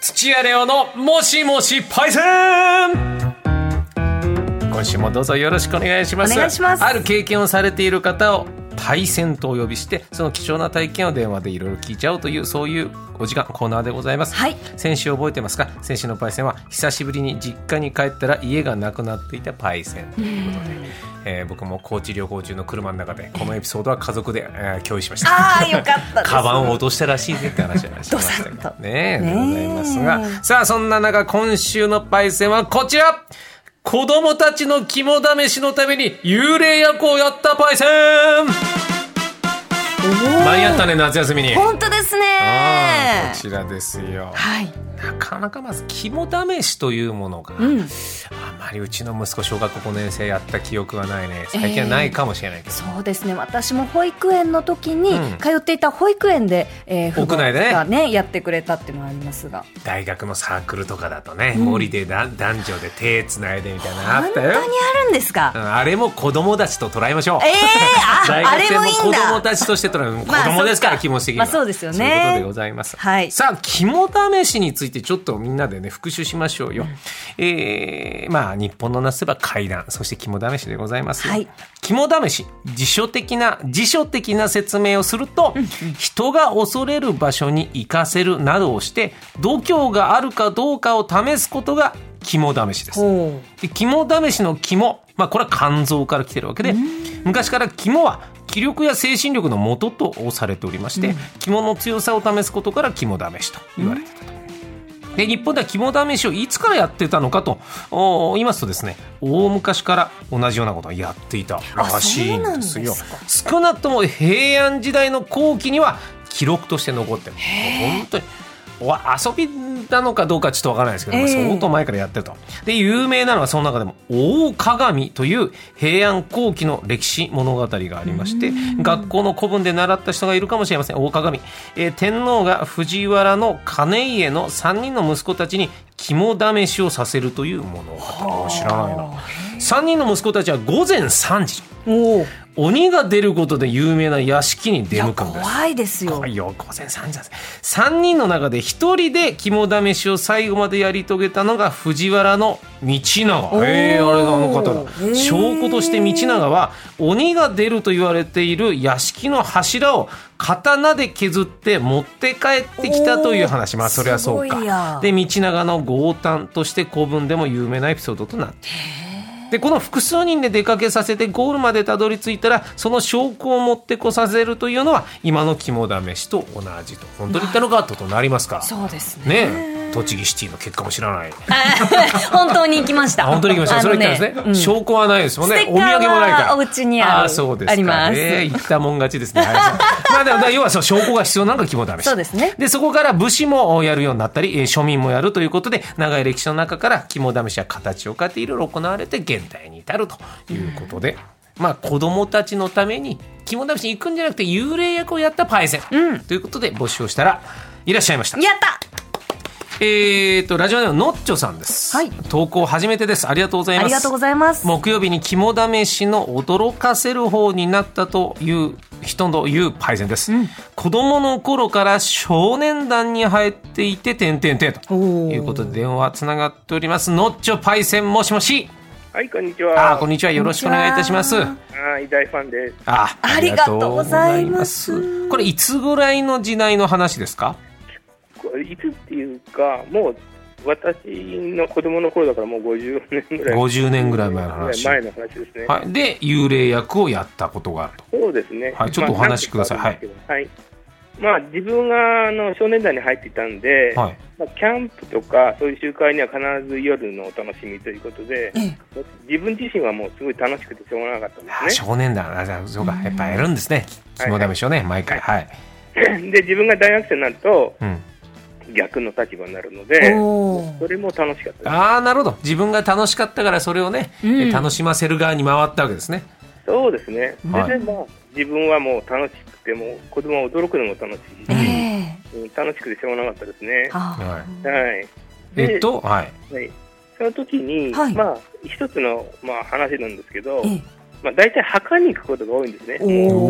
土屋レオのもしもしパイセン今週もどうぞよろしくお願いしますお願いしますある経験をされている方をパイセンとお呼びしてその貴重な体験を電話でいろいろ聞いちゃおうというそういうお時間コーナーでございます、はい先週覚えてますか先週のパイセンは久しぶりに実家に帰ったら家がなくなっていたパイセンということで、えー僕も高知旅行中の車の中でこのエピソードは家族で、えー共有しましたああよかったですカバンを落としたらしいぜって話はしましたけドサどッとねえねでえございますがさあそんな中今週のパイセンはこちら子供たちの肝試しのために幽霊役をやったパイセン間に合ったね夏休みに本当ですあねーこちらですよはいなかなかまず肝試しというものが、うんあまりうちの息子小学校5年生やった記憶はないね最近はないかもしれないけど、そうですね私も保育園の時にうん通っていた保育園で、えー、屋内でね父母がねやってくれたっていうのはありますが大学のサークルとかだとね、うん森でだ男女で手つないでみたいなのあ本っ当たによ。あるんです うかんあれも子供たちと捉えましょう。ええ大ああ学れ生ももいいん子供だたちとして捉える、 まあ子供ですからそっか気持ち的には、まあそうですよねそういうことでございます。はいさあ肝試しについてちょっとみんなでね復習しましょうよ。えーまあ日本の夏は階段そして肝試しでございますよ、はい肝試し辞書的な辞書的な説明をすると、人が恐れる場所に行かせるなどをして度胸があるかどうかを試すことが肝試しです。ほで肝試しの肝、まあ、これは肝臓から来てるわけで昔から肝は気力や精神力の元とされておりまして、肝の強さを試すことから肝試しと言われてたと。で日本では肝試しをいつからやってたのかとお言いますとですね大昔から同じようなことをやっていたらしいんですよあそうなん少なくとも平安時代の後期には記録として残ってる本当にお遊びなのかどうかちょっとわからないですけど、まあええ相当前からやってるとで有名なのはその中でも「大鏡」という平安後期の歴史物語がありまして学校の古文で習った人がいるかもしれません大鏡、えー天皇が藤原の金家の3人の息子たちに肝試しをさせるという物語知らないな3人の息子たちは午前3時うおー鬼が出ることで有名な屋敷にい出や向くんです怖いですよ怖いよ午前3時だぜ3人の中で一人で肝試しを最後までやり遂げたのが藤原の道長おーええあれがあの方だへー証拠として道長は鬼が出ると言われている屋敷の柱を刀で削って持って帰ってきたという話おーまあそれはそうすごいやかで道長の豪胆として古文でも有名なエピソードとなっているでこの複数人で出かけさせてゴールまでたどり着いたらその証拠を持ってこさせるというのは今の肝試しと同じと本当に言ったのかととなりますからそうですねねえ栃木シティの結果も知らない 本当に行きましたあ本当に行きましたそれ言ったんですね、あのうん証拠はないですもんスねテッお土カーは産もないからお家にあるあそうですかありますね行ったもん勝ちですねはいまあでもだから要はそう証拠が必要なのが肝試しそうですねで、そこから武士もやるようになったり、えー庶民もやるということで、長い歴史の中から肝試しは形を変えていろいろ行われて、現代に至るということで、まあ、子供たちのために、肝試しに行くんじゃなくて、幽霊役をやったパイセン。ということで、募集をしたら、いらっしゃいました。やったえーと、ラジオネームのっちょさんです。はい投稿初めてです。ありがとうございあます。りがとうございます木曜日に肝試しの驚かせる方になったという人の言うパイセンです、子供の頃から少年団に入っていて点々点とおーいうことで電話つながっておりますのっちょパイセンもしもしはい、こんにちあは。ーこんにちはよろしくお願いいたしますこんにはい、大ファンです。あーありがとうございますありがとうございますこれいつぐらいの時代の話ですかこれいつっていうか、もう私の子供の頃だからもう50年ぐらい。 50年ぐらい前の話前の話ですね。はいで幽霊役をやったことがあるとそうですね。はいちょっとお話しくださいまあ。何個かあるんですけどはい。まあ、自分があの少年団に入っていたんで、はいまあ、キャンプとかそういう集会には必ず夜のお楽しみということで、ええ自分自身はもうすごい楽しくてしょうがなかったんあーですね。少年団あじゃあそうかやっぱやるんですねき肝試しをね毎回はい、 で、自分が大学生になるとうん逆の立場になるので、おーそれも楽しかったです。ああなるほど自分が楽しかったからそれをね、うんえ楽しませる側に回ったわけですねそうですね、はいででも自分はもう楽しくてもう子供は驚くのも楽しいし、えうん楽しくてしょうがなかったですねえ。あーははい、いでえっ、とはいはい、その時に、はいまあ、一つの、まあ、話なんですけど、ええまあ、大体墓に行くことが多いんですね。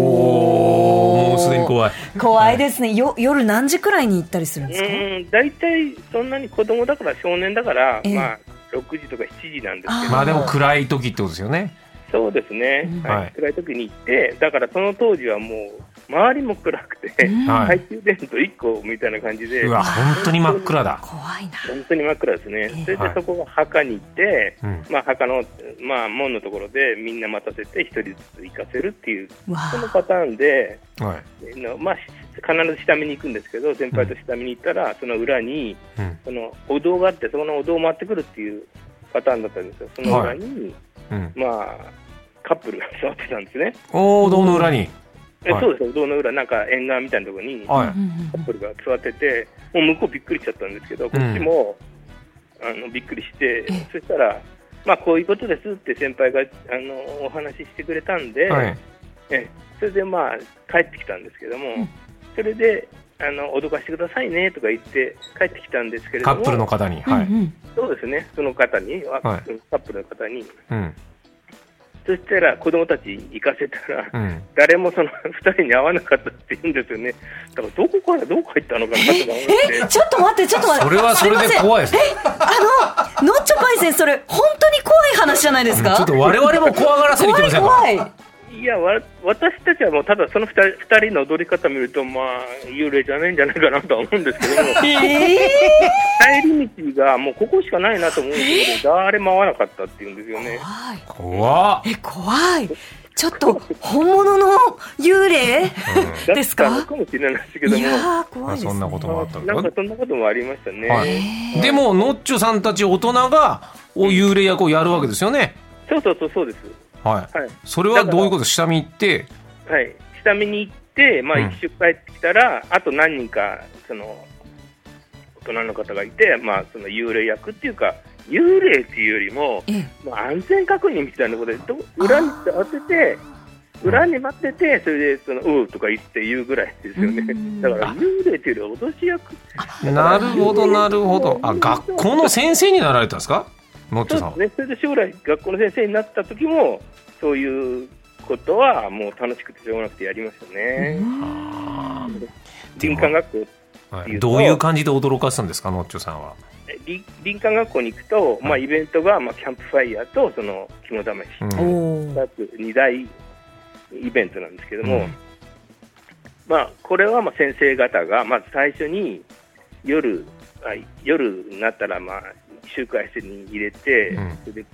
おおもうすでにい。怖い 怖いですね。よ夜何時くらいに行ったりするんうですか。ーん大体そんなに子供だから少年だから、ええまあ、6時とか7時なんですけあーどまあでも暗い時ってことですよねそうですね、うんははいい、暗い時に行ってだからその当時はもう周りも暗くて、うんはい懐中電灯1個みたいな感じでうわ本当に真っ暗だ怖いな。本当に真っ暗ですね、ええそれはいでそこが墓に行って、うんまあ、墓の、まあ、門のところでみんな待たせて一人ずつ行かせるっていうわそのあ。パターンで、はいえーのまあ、し必ず下見に行くんですけど先輩と下見に行ったらその裏にうんそのお堂があってそこのお堂を回ってくるっていうパターンだったんですよその裏に、うんまあカップルが座ってたんですね、おお堂の裏にえはいそうですお堂の裏なんか縁側みたいなところにはうんうんカップルが座ってて、もう向こうびっくりしちゃったんですけど、こっちも、あのびっくりしてえ、そしたら、まあ、こういうことですって先輩があのお話ししてくれたんで、いはいえそれでまあ帰ってきたんですけども、うんそれであの脅かしてくださいねとか言って帰ってきたんですけれどカも、ップルの方にはういんうんそうですね、その方に、あはうんカップルの方に、うんそしたら子供たち行かせたら、うん誰もその二人に会わなかったって言うんですよね、だからどこからどこ入ったのかなとか思ってえ、。ちょっと待って、ちょっと待って。それはそれで怖いですねあの、ノッチョパイセン、それ、本当に怖い話じゃないですうんか。ちょっと我々も怖がらせに行って怖まいせんか怖い。 いやわ私たちはもうただその 2, 人人の踊り方見るとまあ幽霊じゃないんじゃないかなとは思うんですけ どもえ帰り道がもうここしかないなと思うんですけど誰も会わなかったっていうんですよーね怖い。怖っえ、怖い。ちょっと、本物の幽霊だですかったのかもしれないですけどいもやー、ま怖いあです、ね。そんなこともあったんだなんかそんなこともありましたね、はえーでもノッチョさんたち大人がお幽霊役をやるわけですよねそうそうそうそうですははいいそれはどういうことです下見行ってはい下見に行ってまあうん一周帰ってきたら、あと何人かその大人の方がいてまあその幽霊役っていうか幽霊っていうよりも、えまあ、安全確認みたいなことでど裏に当てて裏に待っててそれでその「うう」とか言って言うぐらいですよねうんだから幽霊というよりは脅し役なるほどなるほどあ学校の先生になられたんですかノッチそョうさんではすねそれで将来学校の先生になった時もそういうことはもう楽しくてしょうがなくてやりましたねあーでも林間学校はいどういう感じで驚かすんですかノッチョさんは林林間学校に行くと、まあ、イベントが、まあ、キャンプファイヤーとその肝試しうんおー2つ二大イベントなんですけども、うんまあ、これはまあ先生方がまず最初に夜あ夜になったらまあ集会室に入れて、うんそれで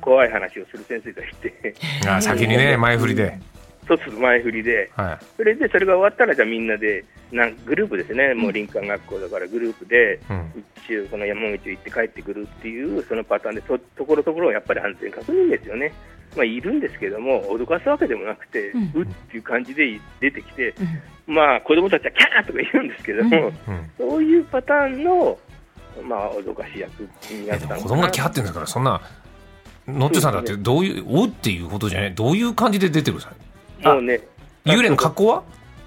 怖い話をする先生がいて あ先にね前振りでそうすると前振りではいそれでそれが終わったらじゃあみんなでなんグループですねもう林間学校だからグループでうん一周この山道を行って帰ってくるっていうそのパターンでとところどころやっぱり安全確認ですよね、まあ、いるんですけども脅かすわけでもなくて、ううんっっていう感じで出てきて、うんまあ、子供たちはキャーとか言うんですけども、うんうんそういうパターンの、まあ、脅かし役になえっでたものかな子供がキャーって言うんですからそんなノッチョさんだってどういうおうっていうことじゃないどういう感じで出てるんですかもうね、幽霊の格好は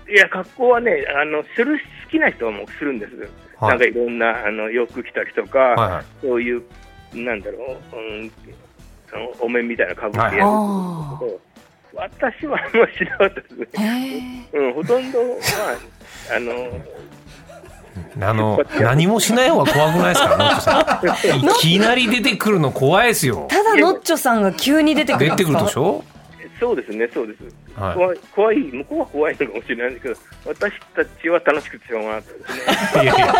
いや、格好はね、あのする好きな人はもうするんです、はいなんかいろんなあの洋服着たりとか、はいはいそういう、なんだろう、うん、あのお面みたいなかぶってやるんですけど、あ私はあんましなかっ たですね。ー。へうん、ほとんど、まあ、あの、あの何もしない方が怖くないですかノッチョさ んいきなり出てくるの怖いですよーただノッチョさんが急に出てくる出んてですくかるでしょそうですね、そうです。はい怖い、怖い、向こうは怖いのかもしれないんですけど、私たちは楽しくてしょうがなかったですね。いやいや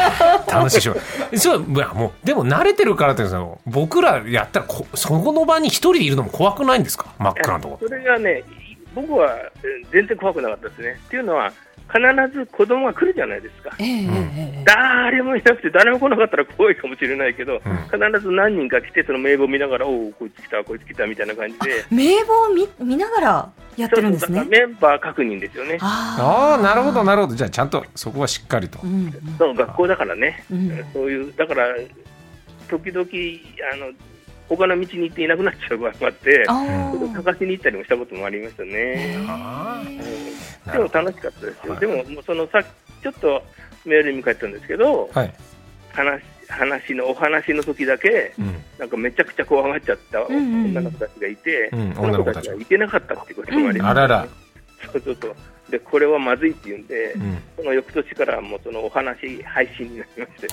楽しいでしょそういやもうでも慣れてるからって言うんですよ僕らやったらこそこの場に一人でいるのも怖くないんですか真っ暗なとこそれがね、僕はえー全然怖くなかったですね。っていうのは、必ず子供が来るじゃないですか。ええええええ誰もいなくて、誰も来なかったら怖いかもしれないけど、うん必ず何人か来て、その名簿見ながら、おお、こいつ来た、こいつ来たみたいな感じで、名簿を見見ながらやってるんですそうねそうだからメンバー確認ですよね。ああなるほどななるほどじゃあちゃんとそこはしっかりとう、んうんそう学校だからね、うんそういう、だから、時々あの他の道に行っていなくなっちゃう場合もあって、あちょっとー探しに行ったりもしたこともありましたね。ああなでるもほど楽しかったですよ、はいでも、もうそのさちょっとメールに向かったんですけど、はい話話のお話の時だけ、うんなんかめちゃくちゃ怖がっちゃったんうん女の子たちがいて、うん女の子たちがいてなかったっていうこともありあます、らら、そうそうそうでこれはまずいっていうんで、うん、その翌年からもうそのお話配信になりまして、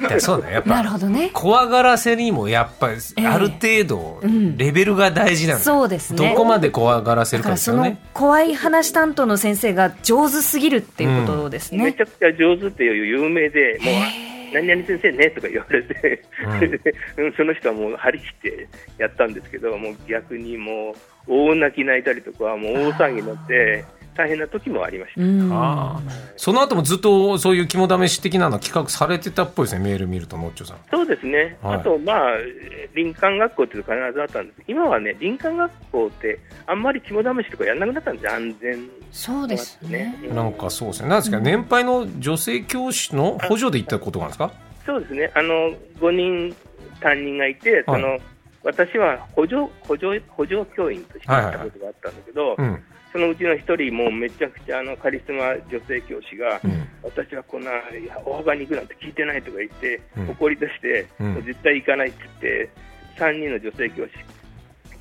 だからそうだよやっなるぱほどね。怖がらせにもやっぱりある程度うんレベルが大事なんだよ、そうですどね。こまで怖がらだせるかからですそよのね怖い話担当の先生が上手すぎるっていうことですめねち。ゃくちゃ上手っていう有名で、もう、何々先生ねとか言われて、それで うんその人はもう張り切ってやったんですけど、もう逆にもう大泣き泣いたりとか、もう大騒ぎになって、大変な時もありました。うん。ああその後もずっとそういう肝試し的なの企画されてたっぽいですねメール見るとのっちょさんそうですね、はいあと、まあ、林間学校っていうのが必ずあったんです今はね、林間学校って、あんまり肝試しとかやらなくなったんですよ、安全そうですね。うんなんかそうですねなんですか、年配の女性教師の補助で行ったことがあるんですかそうですね、あの5人担任がいて、その私は補助補助補助教員として行ったことがあったんだけど、うんそのうちの一人、もうめちゃくちゃあのカリスマ女性教師が、うん私はこんなお墓に行くなんて聞いてないとか言って、うん怒り出して、うんもう絶対行かないって言って、3人の女性教師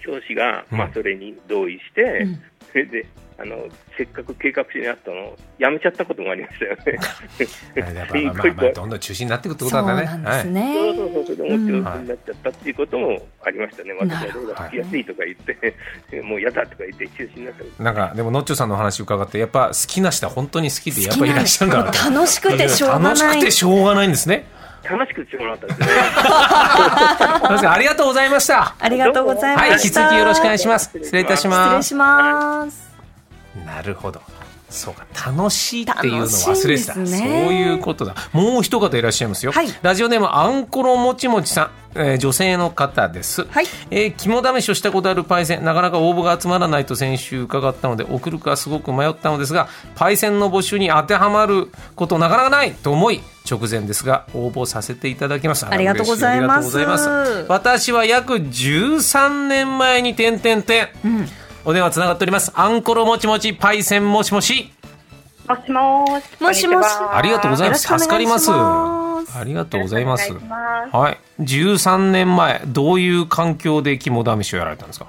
教師が、うんまあ、それに同意して、うんそれであのせっかく計画書にあったのをやめちゃったこともありましたよね。やっぱ まあまあまあどんどん中止になっていくってことそなうんだなねんですそうそうそう、そね。れでも上手になっちゃったっていうこともありましたね、ん私はどうだ、なるほどきやすいとか言って、もう嫌だとか言って、中止になったはい、なんかでものっちょさんのお話伺ってやっぱ好きな人は本当に好きでやっぱりいらっしゃるんだなと楽しくてしょうがない。楽しくてしょうがないんですね楽しくしてもらったんですね。楽しくありがとうございましたありがとうございまはい引きした。続きよろしくお願いします失礼いたし失ま礼すします。なるほどそうか楽しいっていうのを忘れてた、楽しいでそうすねいうことだもう一方いらっしゃいますよ、はいラジオネームあんころもちもちさん、えー女性の方です、はいえー肝試しをしたことあるパイセンなかなか応募が集まらないと先週伺ったので送るかすごく迷ったのですがパイセンの募集に当てはまることなかなかないと思い直前ですが応募させていただきましたありがとうございますありがとうございます私は約13年前に点々点お電話つながっておりますあんころもちもちパイセンもしもしもしもーし。もしもしありがとうございます。よろし助くおか願りいしまますす。ありがとうございますよ。ろしくお願いしますはい、13年前、どういう環境で肝試しをやられたんですか。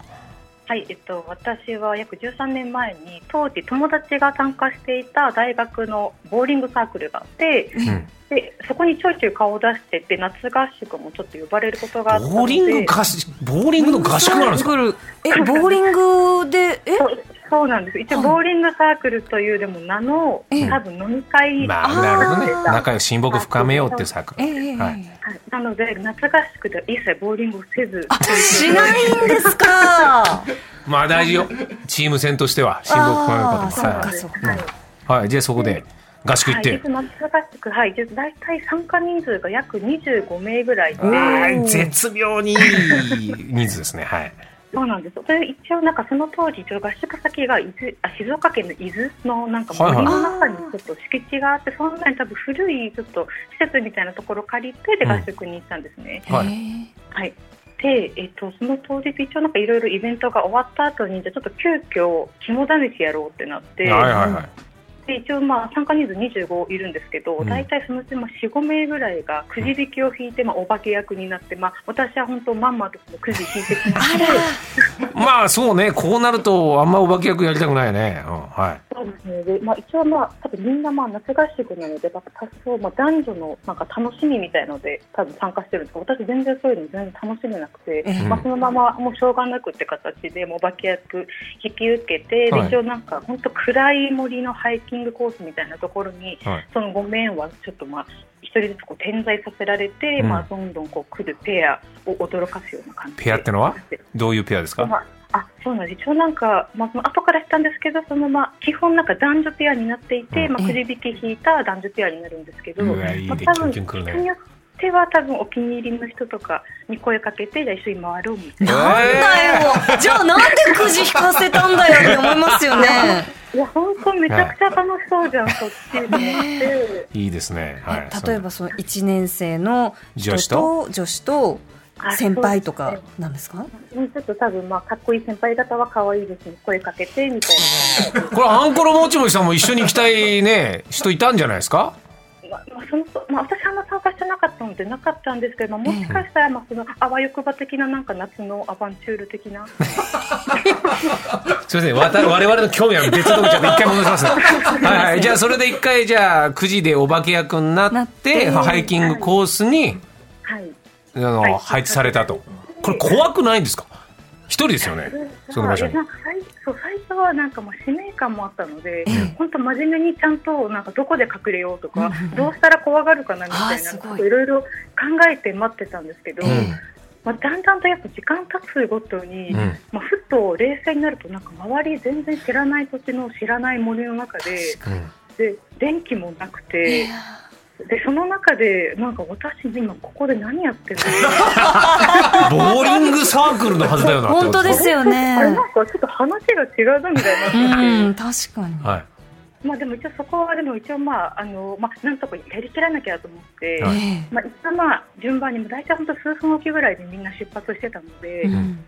はい、えっと、私は約13年前に、当時友達が参加していた大学のボーリングサークルがあって、んで、そこにちょいちょい顔を出してて、夏合宿もちょっと呼ばれることがあったので。ボーリング合宿、ボーリングの合宿があるんですか。え、ボーリングで、え、そうそうなんです。一応、ボーリングサークルというでも名の、多分飲み会まはあ、なるほどねあー。仲良く親睦深めようっていうサークえル。ええはいいなので、夏合宿では一切ボーリングをせず、えしないんですか。まあ、大事よ。チーム戦としては、親睦深めようああ、かとそ思っかそっか。はい、はい、じゃあ、そこで合宿行はっい、て実。は夏合宿、はい、実は大体参加人数が約25名ぐらいで、はい、絶妙にいい人数ですね。はい。そうなんです。それ一応なんかその当時一応合宿先が伊豆あ静岡県の伊豆のなんか森の中にちょっと敷地があって、そんなに多分古いちょっと施設みたいなところを借りてでうん合宿に行ったんですね。はいい。はい。で、えっとその当日一応なんかいろいろイベントが終わった後にじゃあちょっと急遽肝試しやろうってなって、はい、はい、はい。で一応まあ参加人数25いるんですけど、うん大体そのうちまあ45名ぐらいがくじ引きを引いてまあお化け役になって、まあ私は本当まんまとくじ引いてきまして。まあ、そうね、こうなると、あんまお化け役やりたくないね。うん、はい。そうですね。で、まあ一応まあ多分みんなまあ夏合宿なので、まあ多少まあ男女のなんか楽しみみたいので多分参加してるんですけど、私全然そういうの全然楽しめなくて、うんまあそのままもうしょうがなくって形でもう化け役引き受けて、はいで一応なんか本当暗い森のハイキングコースみたいなところに、はいそのご面はちょっとまあ。一人ずつこう点在させられて、うんまあどんどんこう来るペアを驚かすような感じで。ペアってのはどういうペアですか。まあ、あそうなんです一応なんか、まあ、その後からしたんですけどその、まあ、基本なんか男女ペアになっていて、うんまあ、くじ引き引いた男女ペアになるんですけど、うわいいまねあ、多キュン分キュンくるね人によっては多分お気に入りの人とかに声かけてじゃあ一緒に回ろうみたい な。なんだよ。じゃあなんでくじ引かせたんだよって思いますよね。いや本当めちゃくちゃ楽しそうじゃん、そっちと思って、いいですね。はい。例えばその一年生の人女子とと女子とあ先輩とそうかでなんですか？すねもうちょっと多分まあかっこいい先輩方は可愛いですね声かけてみたいな これアンコロもちもちさん も一緒に行きたいね人いたんじゃないですかまあまあそのまあ、私はあんま参加してなかっったのでなかったんですけどもしかしたらまあそのあわよくば的ななんか夏のアバンチュール的なすみません、わた我々の興味は別のとこじゃ一回戻し ますね。はいはい。じゃあ、それで一回、じゃあ、9時でお化け役にななっ、っててハイキングコースに、はいあの、配置されたと。これ怖くないんですか一人ですよね。その場所いにや。なんか最そう最初はなんかもう使命感もあったので本当真面目にちゃんとなんかどこで隠れようとかどうしたら怖がるかなみたいあーなすごいこといろいろ考えて待ってたんですけど、まあ、だんだんとやっぱ時間経つごとに、うんまあ、ふっと冷静になるとなんか周り全然知らない土地の知らない森の中でうん。で電気もなくてでその中でなんか私今ここで何やってるのボーリングサークルのはずだよな。本当 でってこすよあれね なんかちょっと話が違うぞみたいになうってきて。ん確かにと。はい。まあでも一応そこはでも一応まああのまあなんとかやりきらなきゃと思って、はいえまあ一旦まあ順番にも大体本当数分おきぐらいでみんな出発してたので、えうんん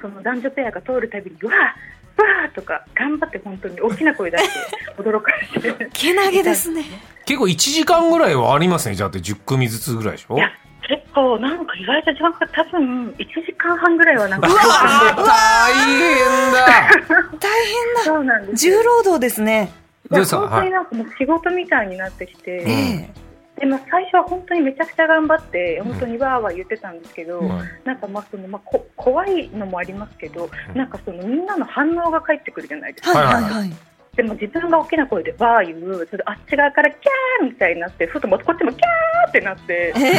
その男女ペアが通るたびにうわーわーとか頑張って本当に大きな声出して驚かれて。 けなげですね結構1時間ぐらいはありますね。じゃあって10組ずつぐらいでしょいや結構なんか意外と時間が多分1時間半ぐらいはなんかあー大変だ大変だそうなんです重労働ですねいやじゃあ本さは当いになんかもう仕事みたいになってきて、ええでも最初は本当にめちゃくちゃ頑張って本当にわーわー言ってたんですけど、はいなんかまあそのまあこ怖いのもありますけど、うんなんかそのみんなの反応が返ってくるじゃないですか。はいははいはいいはいでも自分が大きな声でわー言う、それであっち側からキャーみたいになって、ふとまたこっちもキャーってなって、え え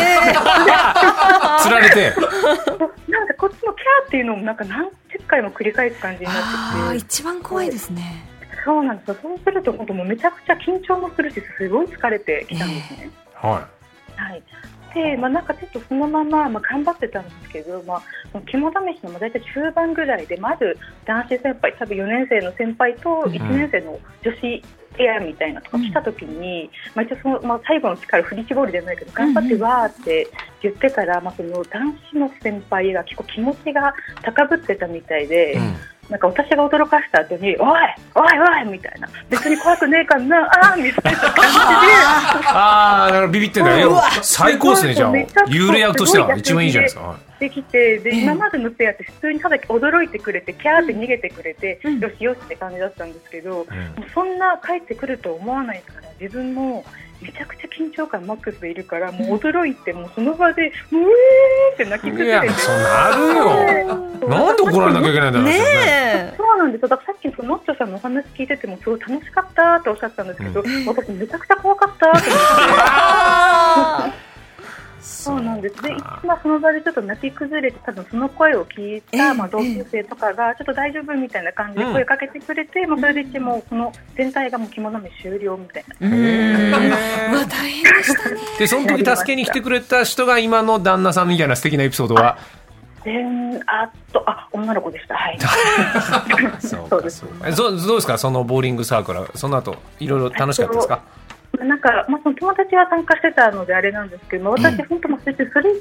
釣られて。なんかこっちもキャーっていうのもなんか何十回も繰り返す感じになあっあてきて、一番怖いですねそうなんですよ。そうすると本当もうめちゃくちゃ緊張もするし、すごい疲れてきたんですね。ははい。で、まあ、なんかちょっとそのまま、まあ、頑張ってたんですけど、まあ、その肝試しのまあ大体中盤ぐらいで、まず男子先輩、多分4年生の先輩とん1年生の女子ペアみたいなとか来た時に、まあ、一応その、まあ、最後の力を振り絞るじゃないけど、頑張ってわーって言ってたら、まあ、その男子の先輩が結構気持ちが高ぶってたみたいで、い。うんなんか私が驚かした後に、おいおいおいみたいな、別に怖くねえからな、あーみたいな感じで。ああ、だからビビってんだうよわ。最高ですね、じゃあめちゃ。くちゃ幽霊役としては一番いいじゃないですか。はいできてでええ今までのペアって普通にただ驚いてくれてキャーって逃げてくれて、うんよしよしって感じだったんですけど、もうんうそんな帰ってくると思わないから自分もめちゃくちゃ緊張感マックスでいるからもう驚いてもうその場で「うえー!」って泣き崩れいてや、。そんなあるよ。そうなんで怒られなきゃいけないんだろうねね。えそうなんですよだからさっきそのノッチョさんのお話聞いててもすごい楽しかったっておっしゃったんですけど、私めちゃくちゃ怖かったって思って。そそうなんです。で、かまあ、その場でちょっと泣き崩れて、多分その声を聞いた、ええまあ、同級生とかが、ちょっと大丈夫みたいな感じでうん声かけてくれて、まあ、それで一応もう、この全体がもう肝試し終了みたいな。うーん うわ大変でしたねで、その時助けに来てくれた人が今の旦那さんみたいな素敵なエピソードは。全、あっと、あ、女の子でした。 はい。そうそうか、でそすうか。えどうどうですか、そのボーリングサークルは。その後、いろいろ楽しかったですかなんか、まあ、その友達は参加してたのであれなんですけど、まあ私、本当、まあ、それ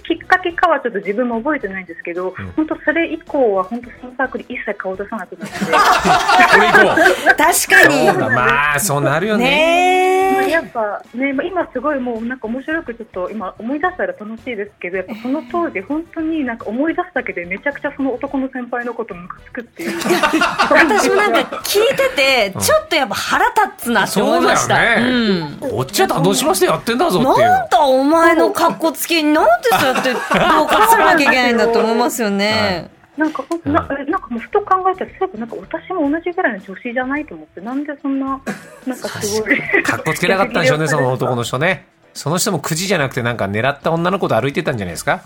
きっかけかはちょっと自分も覚えてないんですけど、ん本当、それ以降は、本当、そのサークル一切顔出さなくなって、これ行こう。確かそうだにまあ、そうなるよね。ねえやっぱね、まあ今すごいもうなんか面白くちょっと今思い出したら楽しいですけど、やっぱその当時本当になんか思い出すだけでめちゃくちゃその男の先輩のことムカつくっていう。私もなんか聞いててちょっとやっぱ腹立つなって思いましたそうだよねうんこっちは楽しませてやってんだぞっていなんう。だお前の格好つけになんでそうやって同化さなきゃいけないんだと思いますよね。なんかほんとなえなんかもうふと考えたらそういえばなんか私も同じぐらいの女子じゃないと思って、なんでそんななんかすごい。かっこつけなかったんでしょうね、その男の人ね。その人もくじじゃなくて、なんか狙った女の子と歩いてたんじゃないですか。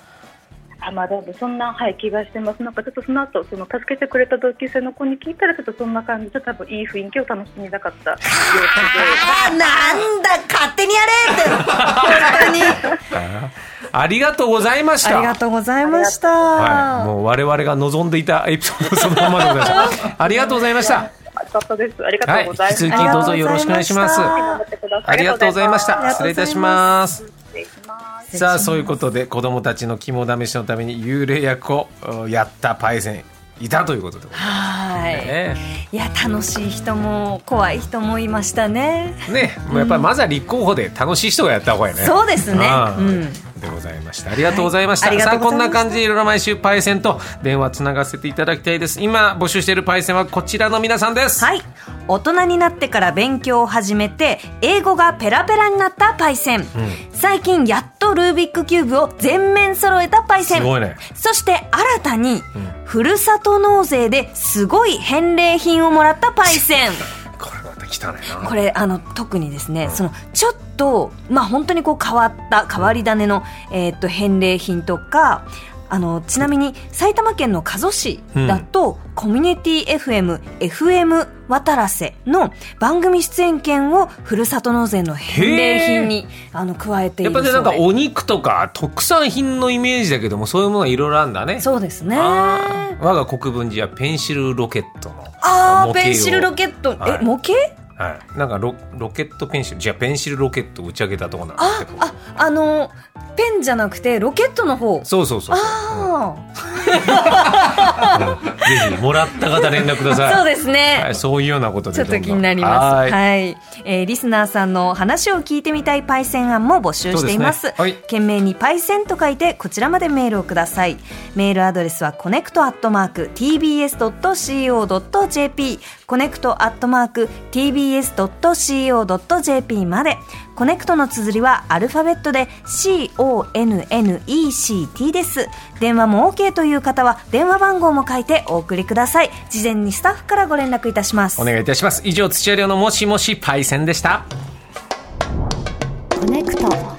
あまあ、だいぶそんな、はい、気がしてます、なんかちょっとその後その助けてくれた同級生の子に聞いたら、ちょっとそんな感じで、多分いい雰囲気を楽しみた かったようであーなんだ勝手にやれって本ありがとうございまし当にた。 ありがとうございました。はい、もう我々が望んでいたエピソードそのままでございます。ありがとうございました。よかったです、ありはがい、とう引ござきいます。続きどうぞよろしくお願いします。頑張ってくださあいりがとうございましありた。がと失う礼いござたいますします。失礼しますすさあ、そういうことで、子供たちの肝試しのために幽霊役をうんやったパイセン。いたということでございますはね。い。いや楽しい人も怖い人もいましたね。ね、もうやっぱりまずは立候補で楽しい人がやった方がいいね。そうですねああうんでございました。ありがとうございました。はいありがさとうあ、ごこざんいましたな感じでいろいろ毎週パイセンと電話つながせていただきたいです。今募集しているパイセンはこちらの皆さんです。はい。大人になってから勉強を始めて、英語がペラペラになったパイセン。最近やっとルービックキューブを全面揃えたパイセン。すごいね。そして新たに、ふるさと納税ですごい返礼品をもらったパイセン。これまた来たねな。これあの特にですね、そのちょっとまあ本当にこう変わった変わり種の、えーっと返礼品とかあのちなみに埼玉県の加須市だと、コミュニティ FM FM 渡らせの番組出演権をふるさと納税の返礼品にあの加えていやるっそうでぱりなんかお肉とか特産品のイメージだけどもそういうものはいろいろあるんだね。そうですねあー我が国分寺はペンシルロケットのあー模型をペンシルロケット、はいえ模型はい、なんかロロケットペンシルじゃあペンシルロケット打ち上げたとこなんですあけどああのペンじゃなくてロケットの方そうそうそうそう、あうんぜひもらった方連絡くだあさ いそうですね、はい、そういうようなことでちょっとどんどん気になります。ははいいえーリスナーさんの話を聞いてみたいパイセン案も募集しています。そうですねはい懸命にパイセンと書いて、こちらまでメールをください。メールアドレスはコネクトアットマーク tbs.co.jp、コネクトアットマーク tbs.co.jp まで。コネクトの綴りはアルファベットで CONNECT です。電話も OK という方は電話番号も書いてお送りください。事前にスタッフからご連絡いたします。お願いいたします以上土屋亮のもしもしパイセンでしたコネクト。